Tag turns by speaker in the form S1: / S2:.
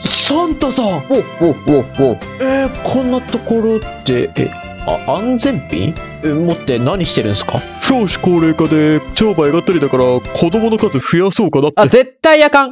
S1: サンタさん
S2: おおおお
S1: えー、こんなところってえあ安全ピン持って何してるんですか
S3: 少子高齢化で商売がったりだから子供の数増やそうかなって
S2: あ絶対あかん